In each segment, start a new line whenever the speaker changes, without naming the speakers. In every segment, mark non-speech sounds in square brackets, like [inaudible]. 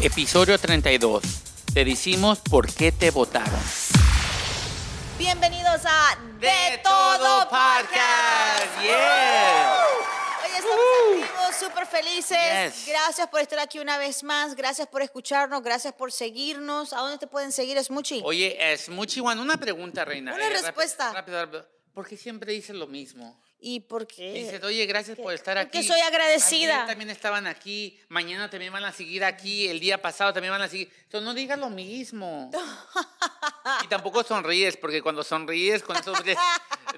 episodio 32. Te decimos por qué te votaron.
Bienvenidos a De, Todo Podcast.
Yeah.
Hoy estamos activos, súper felices.
Yes.
Gracias por estar aquí una vez más. Gracias por escucharnos. Gracias por seguirnos. ¿A dónde te pueden seguir, Smuchi?
Oye, es muy chihuahua. Una pregunta, Reina. Eh,
Una
rápido,
respuesta.
Rápido, rápido. ¿Por qué siempre dices lo mismo?
¿Y por Eh, qué?
Dices, oye, gracias por estar aquí.
Porque soy agradecida.
Ayer también estaban aquí, mañana también van a seguir aquí, el día pasado también van a seguir. Entonces no digas lo
[laughs]
mismo. y tampoco sonríes, porque cuando sonríes, con esos
[laughs]
bra-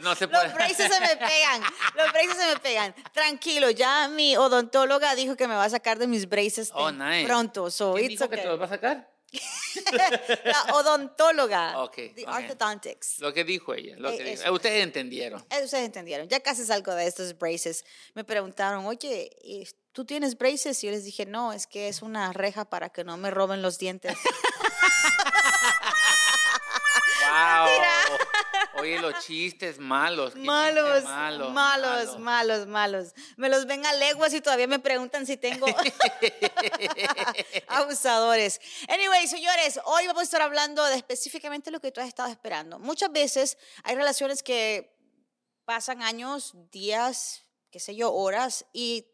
no se puede.
Los braces se me pegan, los braces se me pegan. Tranquilo, ya mi odontóloga dijo que me va a sacar de mis braces
[laughs] Oh,
tem-
nice.
pronto. So
¿Quién
it's
dijo que
okay.
te los va a sacar?
La odontóloga.
[laughs] Ok,
The
ok.
orthodontics.
Lo que dijo ella. lo
Eh,
que dijo.
eso.
Ustedes entendieron.
Eh, Ustedes entendieron, ya casi salgo de estos braces. Me preguntaron, oye, ¿y ¿tú tienes braces? Y yo les dije, no, es que es una reja para que no me roben los dientes.
¡Wow! Oye, los chistes malos. qué chiste
malos,
malo,
malos,
malo.
malos, malos, Me los ven a leguas y todavía me preguntan si tengo abusadores. Anyway, señores, hoy vamos a estar hablando de específicamente lo que tú has estado esperando. Muchas veces hay relaciones que pasan años, días, qué sé yo, horas y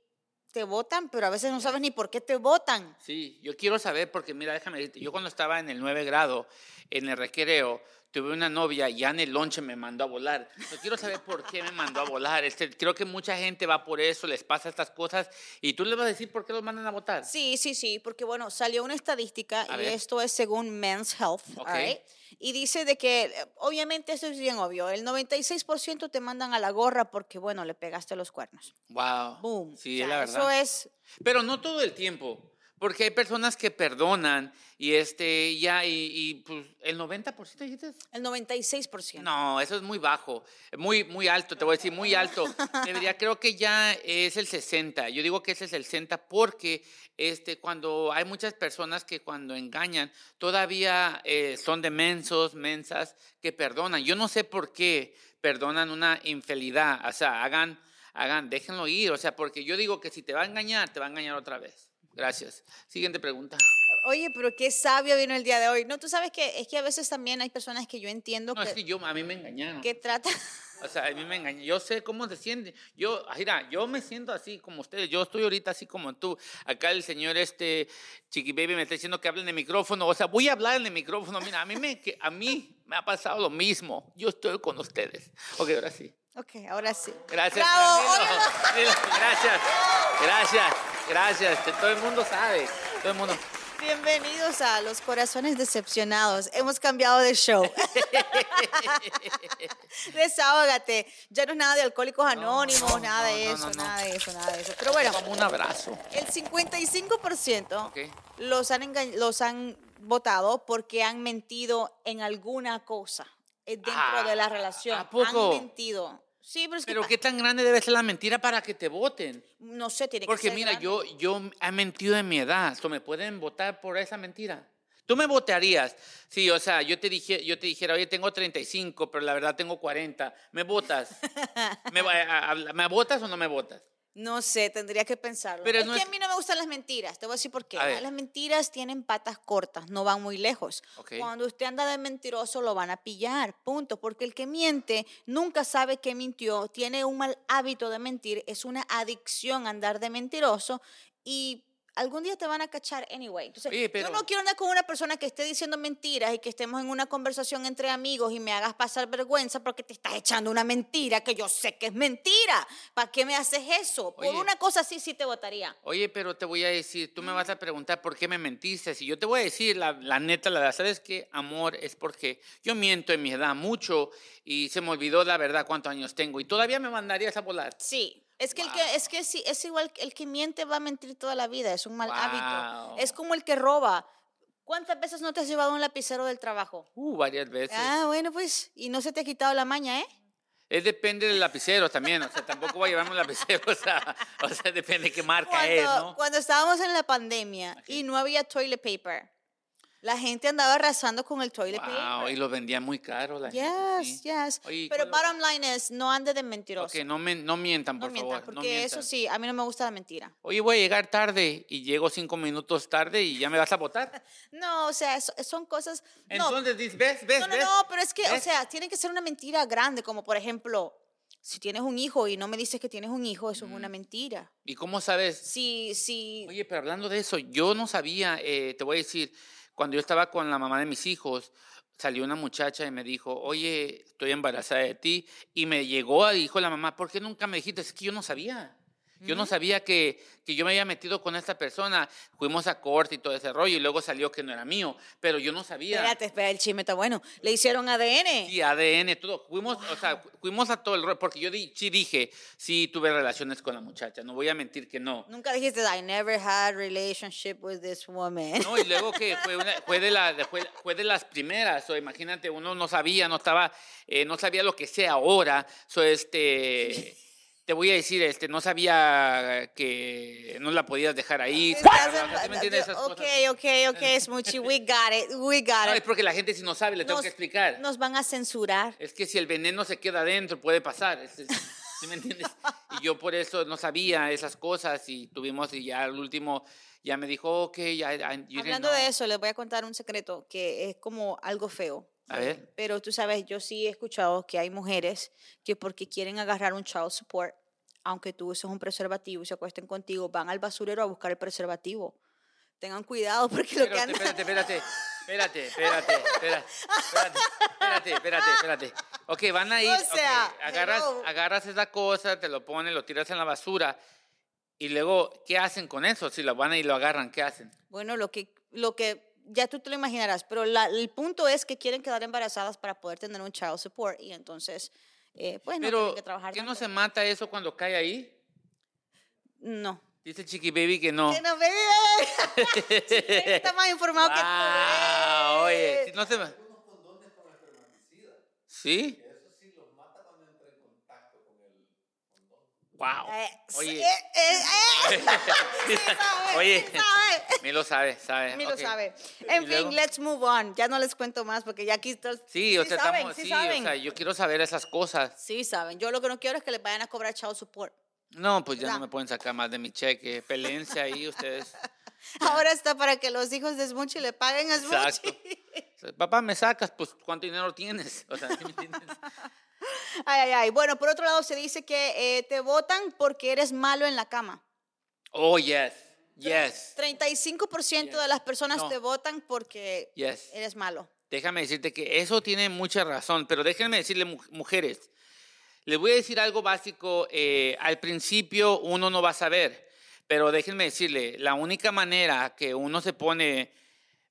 te votan, pero a veces no sabes ni por qué te votan.
Sí, yo quiero saber porque, mira, déjame decirte, yo cuando estaba en el 9 grado, en el recreo, tuve una novia y ya en el lonche me mandó a volar. Yo quiero saber por qué me mandó a volar. Este, creo que mucha gente va por eso, les pasa estas cosas y tú les vas a decir por qué los mandan a votar.
Sí, sí, sí, porque bueno, salió una estadística
A
y
ver.
esto es según Men's Health,
Ok.
alright, y dice de que eh, obviamente esto es bien obvio, el 96% te mandan a la gorra porque bueno, le pegaste los cuernos.
Wow.
Boom.
Sí,
O
es
sea,
la verdad.
Eso es
Pero no todo el tiempo, porque hay personas que perdonan y este ya y, y, pues el 90% dijiste.
el 96%.
No, eso es muy bajo, muy muy alto, te voy a decir muy alto. Debería creo que ya es el 60. Yo digo que ese es el 60 porque este cuando hay muchas personas que cuando engañan todavía eh, son de mensos, mensas que perdonan. Yo no sé por qué perdonan una infidelidad, o sea, hagan hagan, déjenlo ir, o sea, porque yo digo que si te va a engañar, te va a engañar otra vez. Gracias. Siguiente pregunta.
Oye, pero qué sabio vino el día de hoy. No, tú sabes que es que a veces también hay personas que yo entiendo
No,
que,
es que yo a mí me engañaron.
que tratan... [laughs]
O sea, a mí me engaña. Yo sé cómo se siente. Yo, ah, mira, yo me siento así como ustedes. Yo estoy ahorita así como tú. Acá el señor este Chiqui Baby me está diciendo que hable en el micrófono. O sea, voy a hablar en el micrófono. Mira, a mí me, que, a mí me ha pasado lo mismo. Yo estoy con ustedes. Ok, ahora sí.
Ok, ahora sí.
Gracias.
Bravo,
Carmelo.
óyelo.
Gracias. Gracias. Gracias. Que todo el mundo sabe. Todo el mundo.
Bienvenidos a Los Corazones Decepcionados. Hemos cambiado
[laughs]
de show. Desahógate. Ya no es nada de alcohólicos anónimos,
no,
nada de
no, no,
eso,
no, no.
nada de eso, nada de eso. Pero bueno,
Como un abrazo.
el 55%
Ok.
los, han enga- los han votado porque han mentido en alguna cosa eh, dentro
Ah,
de la relación.
¿a poco?
Han mentido. Sí, pero es que
Pero
pa-
qué tan grande debe ser la mentira para que te voten.
no sé, tiene que
Porque
ser
mira,
grande.
yo, yo he mentido en mi edad, so me pueden votar por esa mentira. Tú me votarías. Sí, o sea, yo te, dije, yo te dijera, oye, tengo 35, pero la verdad tengo 40. ¿Me votas? ¿Me, va- a- a- ¿me votas o no me votas?
No sé, tendría que pensarlo.
Pero
es
no
que
es-
a mí no me gustan las mentiras. Te voy a decir por qué.
A ver.
Las mentiras tienen patas cortas, no van muy lejos.
Ok.
Cuando usted anda de mentiroso, lo van a pillar, punto. Porque el que miente nunca sabe que mintió, tiene un mal hábito de mentir, es una adicción andar de mentiroso y algún día te van a cachar anyway. Entonces,
Oye, pero-
yo no quiero andar con una persona que esté diciendo mentiras y que estemos en una conversación entre amigos y me hagas pasar vergüenza porque te estás echando una mentira que yo sé que es mentira. ¿Para qué me haces eso? Por
Oye.
una cosa así sí te votaría.
Oye, pero te voy a decir, tú me vas a preguntar por qué me mentiste. Si yo te voy a decir la, la neta, la verdad, ¿sabes qué? Amor, es porque yo miento en mi edad mucho y se me olvidó la verdad cuántos años tengo y todavía me mandarías a volar.
Sí. Es que, el que, es que sí, es igual, que el que miente va a mentir toda la vida, es un mal
Wow.
hábito. Es como el que roba. ¿Cuántas veces no te has llevado un lapicero del trabajo?
Uh, varias veces.
Ah, bueno, pues, y no se te ha quitado la maña, ¿eh?
Es depende del lapicero también, o sea, tampoco va a llevarme un lapicero, [laughs] o sea, o sea, depende de qué marca
Cuando,
es, ¿no?
cuando estábamos en la pandemia y no había toilet paper, La gente andaba arrasando con el toilet
Wow,
paper.
y lo vendían muy caro. La gente,
pues. Yes,
sí.
yes.
Oye, ¿y
Pero
cuál-
bottom line es, no ande de mentiroso.
Ok, no, men- no mientan,
no
por
mientan,
favor.
porque
no mientan.
eso sí, a mí no me gusta la mentira.
Oye, voy a llegar tarde y llego cinco minutos tarde y ya me vas a votar.
No, o sea, eso- son cosas... [laughs] no,
Entonces, dices, ¿ves? ¿Ves?
No, no,
ves?
no, pero es que, o
¿Ves?
sea, tiene que ser una mentira grande, como por ejemplo, si tienes un hijo y no me dices que tienes un hijo, eso es una mentira.
¿Y cómo sabes?
Si, si,
Oye, pero hablando de eso, yo no sabía, eh, te voy a decir, cuando yo estaba con la mamá de mis hijos, salió una muchacha y me dijo, oye, estoy embarazada de ti. Y me llegó y dijo la mamá, ¿por qué nunca me dijiste? Es que yo no sabía. Yo no sabía que, que yo me había metido con esta persona. Fuimos a corte y todo ese rollo y luego salió que no era mío, pero yo no sabía.
espérate, espérate, el chisme está bueno. Le hicieron ADN.
Sí, ADN, todo. Fuimos, o sea, fu- fuimos a todo el rollo, porque yo di- sí dije, sí tuve relaciones con la muchacha, no voy a mentir que no.
Nunca dijiste, I never had relationship with this woman. [laughs]
No, y luego que fue, una- fue de, la, de- fue, fue de las primeras, o imagínate, uno no sabía, no estaba, eh, no sabía lo que sé ahora, so, este, te voy a decir, este, no sabía que no la podías dejar ahí. sacarla, o sea, ¿sí me entiendes? Esas
ok,
cosas.
ok,
[laughs]
ok, Smoochie, we got it, we
No,
got
es
it.
porque la gente si no sabe, le tengo que explicar.
nos van a censurar.
Es que si el veneno se queda adentro, puede pasar. es- es- ¿Sí me entiendes? Y yo por eso no sabía esas cosas y tuvimos, y ya al último, ya me dijo, ok, ya.
Hablando de eso, les voy a contar un secreto que es como algo feo.
A ver.
Pero tú sabes, yo sí he escuchado que hay mujeres que porque quieren agarrar un child support, aunque tú uses un preservativo y se acuesten contigo, van al basurero a buscar el preservativo. Tengan cuidado [laughs] porque lo que
Espérate,
andan...
espérate, espérate. Espérate, espérate, espérate, espérate, espérate, espérate, espérate. Ok, van a ir, ok,
sea,
agarras,
hello.
agarras esa cosa, te lo pones, lo tiras en la basura y luego, ¿qué hacen con eso? Si lo van a ir y lo agarran, ¿qué hacen?
Bueno, lo que, lo que ya tú te lo imaginarás, pero la- el punto es que quieren quedar embarazadas para poder tener un child support y entonces, eh, pues no tienen
Pero,
que trabajar.
¿qué no
tanto.
se mata eso cuando cae ahí?
No.
Dice Chiqui Baby que no.
Que no me digan. [laughs] Sí, Está más informado que tú.
Ah,
eh.
oye, si no se me- ¿Sí? Wow.
Eh,
Oye,
eh, eh,
[laughs]
eh. Sí, sabe,
Oye.
sí sabe.
me lo sabe, sabe.
Ni lo
ok.
sabe. En
¿Y
fin,
luego?
let's move on. Ya no les cuento más porque ya aquí todos-
Sí, o sea,
saben,
estamos-
sí
sí,
saben.
o sea, yo quiero saber esas cosas.
Sí saben. Yo lo que no quiero es que les vayan a cobrar child support.
No, pues ya
¿Verdad?
no me pueden sacar más de mi cheque. Peleense ahí
[laughs]
ustedes.
Ahora está para que los hijos de Smuchi le paguen a Smuchi.
Exacto. O sea, Papá, me sacas, pues ¿cuánto dinero tienes? O sea, [laughs] ¿sí me entiendes?
Ay, ay, ay. Bueno, por otro lado se dice que eh, te votan porque eres malo en la cama.
Oh, yes. Yes.
35% de las personas
No.
te votan porque
Yes.
eres malo.
Déjame decirte que eso tiene mucha razón, pero déjenme decirle, mu- mujeres, les voy a decir algo básico. eh, al principio uno no va a saber, pero déjenme decirle, la única manera que uno se pone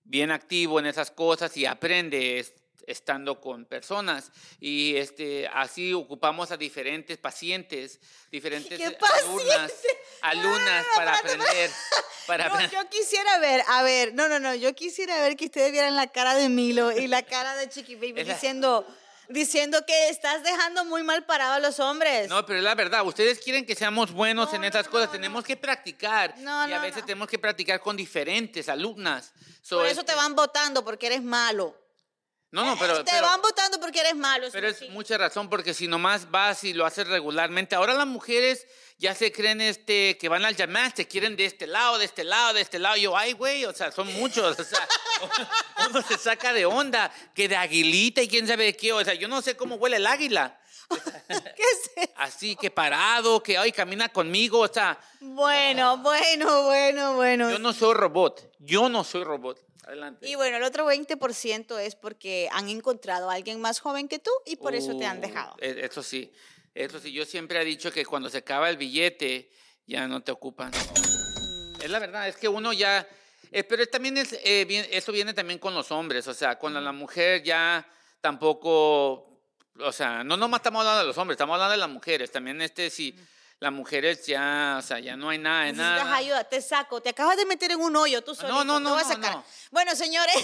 bien activo en esas cosas y aprende es estando con personas y este así ocupamos a diferentes pacientes, diferentes
[laughs] ¿Qué [laughs]
alumnas,
paciente?
alumnas
No, no, no,
para
espérate,
aprender, para
[laughs] No,
aprender.
yo quisiera ver, a ver, no, no, no, yo quisiera ver que ustedes vieran la cara de Milo y la cara de Chiqui Baby
Esa-
diciendo, diciendo que estás dejando muy mal parado a los hombres.
No, pero es la verdad. Ustedes quieren que seamos buenos
Pues No,
en
no,
estas
no,
cosas.
no.
Tenemos que practicar.
No,
y a
no,
veces
no.
tenemos que practicar con diferentes alumnas. So,
Por
es-
eso te van votando porque eres malo.
No, no, pero.
[laughs] te
pero-
van votando porque eres malo.
pero es
Susi.
mucha razón porque si nomás vas y lo haces regularmente, ahora las mujeres ya se creen este que van al llamar, se quieren de este lado, de este lado, de este lado. Yo, ay, güey, o sea, son muchos. O sea, [laughs] uno se saca de onda, que de aguilita y quién sabe qué. O sea, yo no sé cómo huele el águila.
[laughs] ¿Qué es eso?
Así que parado, que hoy camina conmigo, o sea,
Bueno, bueno, bueno, bueno.
Yo no soy robot. Yo no soy robot. Adelante.
Y bueno, el otro 20% es porque han encontrado a alguien más joven que tú y por eso te han
Uh,
dejado.
e- Eso sí. Eso sí. Yo siempre he dicho que cuando se acaba el billete, ya no te ocupan.
Mm.
Es la verdad. Es que uno ya... eh, pero también es, eh, bien- eso viene también con los hombres. O sea, cuando la
Mm.
mujer ya tampoco... O sea, no nomás estamos hablando de los hombres, estamos hablando de las mujeres. También este, si las mujeres ya, o sea, ya no hay nada de
Mm. Necesitas
nada. Ah,
ayuda, te saco, te acabas de meter en un hoyo, tú solo.
no,
te
no,
voy a
no,
sacar.
no.
Bueno,
[laughs]
señores.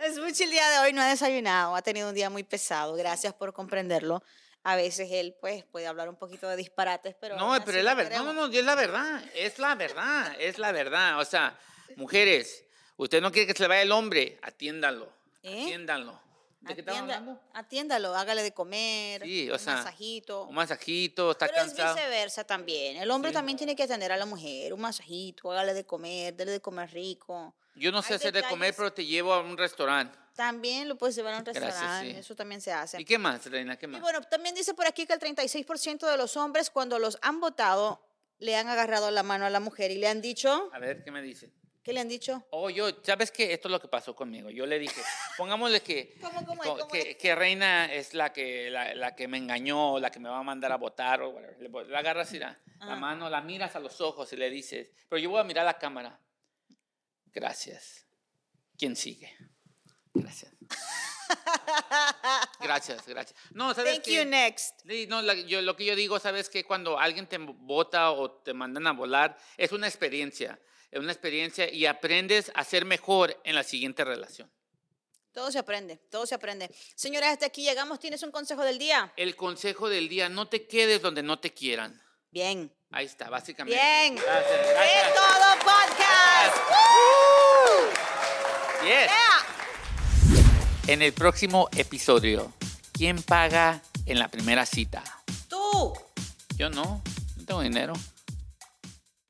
es mucho el día de hoy, no ha desayunado, ha tenido un día muy pesado, gracias por comprenderlo. A veces él, pues, puede hablar un poquito de disparates, pero...
No,
aún
pero
así
es la
lo
verdad. No,
queremos.
no, no, es la verdad. Es la verdad. Es la verdad. O sea, mujeres, usted no quiere que se le vaya el hombre, atiéndanlo.
¿Eh?
Atiéndanlo. ¿De qué estamos
Atienda-
hablando?
Atiéndalo, hágale de comer,
Sí, o
un
sea,
masajito.
Un masajito, está
Oh. pero es
cansado.
viceversa también. El hombre
Sí.
también tiene que atender a la mujer, un masajito, hágale de comer, dele de comer rico.
Yo no sé
Hay
hacer de comer,
detalles.
pero te llevo a un restaurante.
También lo puedes llevar a un
Gracias,
restaurante,
sí.
eso también se hace.
¿Y qué más, Reina? ¿Qué
Y
más?
bueno, también dice por aquí que el 36% de los hombres cuando los han votado le han agarrado la mano a la mujer y le han dicho,
A ver, ¿qué me dice?
¿qué le han dicho?
Oh, yo, ¿sabes qué? Esto es lo que pasó conmigo. Yo le dije, pongámosle que,
¿Cómo, cómo es,
co-
cómo
que, que Reina es la que, la, la que me engañó, o la que me va a mandar a votar, o whatever. Le, pon- la agarras y la, la
Ah.
mano, la miras a los ojos y le dices, pero yo voy a mirar la cámara. Gracias. ¿Quién sigue?
[laughs]
Gracias. Gracias, gracias. No, ¿sabes
Thank
qué?
you, next.
Sí, no, la- yo, lo que yo digo, ¿sabes? Que cuando alguien te bota o te mandan a volar, es una experiencia. Es una experiencia y aprendes a ser mejor en la siguiente relación.
Todo se aprende, todo se aprende. Señores, hasta aquí llegamos. ¿Tienes un consejo del día?
El consejo del día, no te quedes donde no te quieran.
Bien.
Ahí está, básicamente.
Bien.
Gracias,
¡Es
gracias.
todo podcast!
Yes.
Yeah.
En el próximo episodio, ¿quién paga en la primera cita?
Tú.
Yo no, no tengo dinero.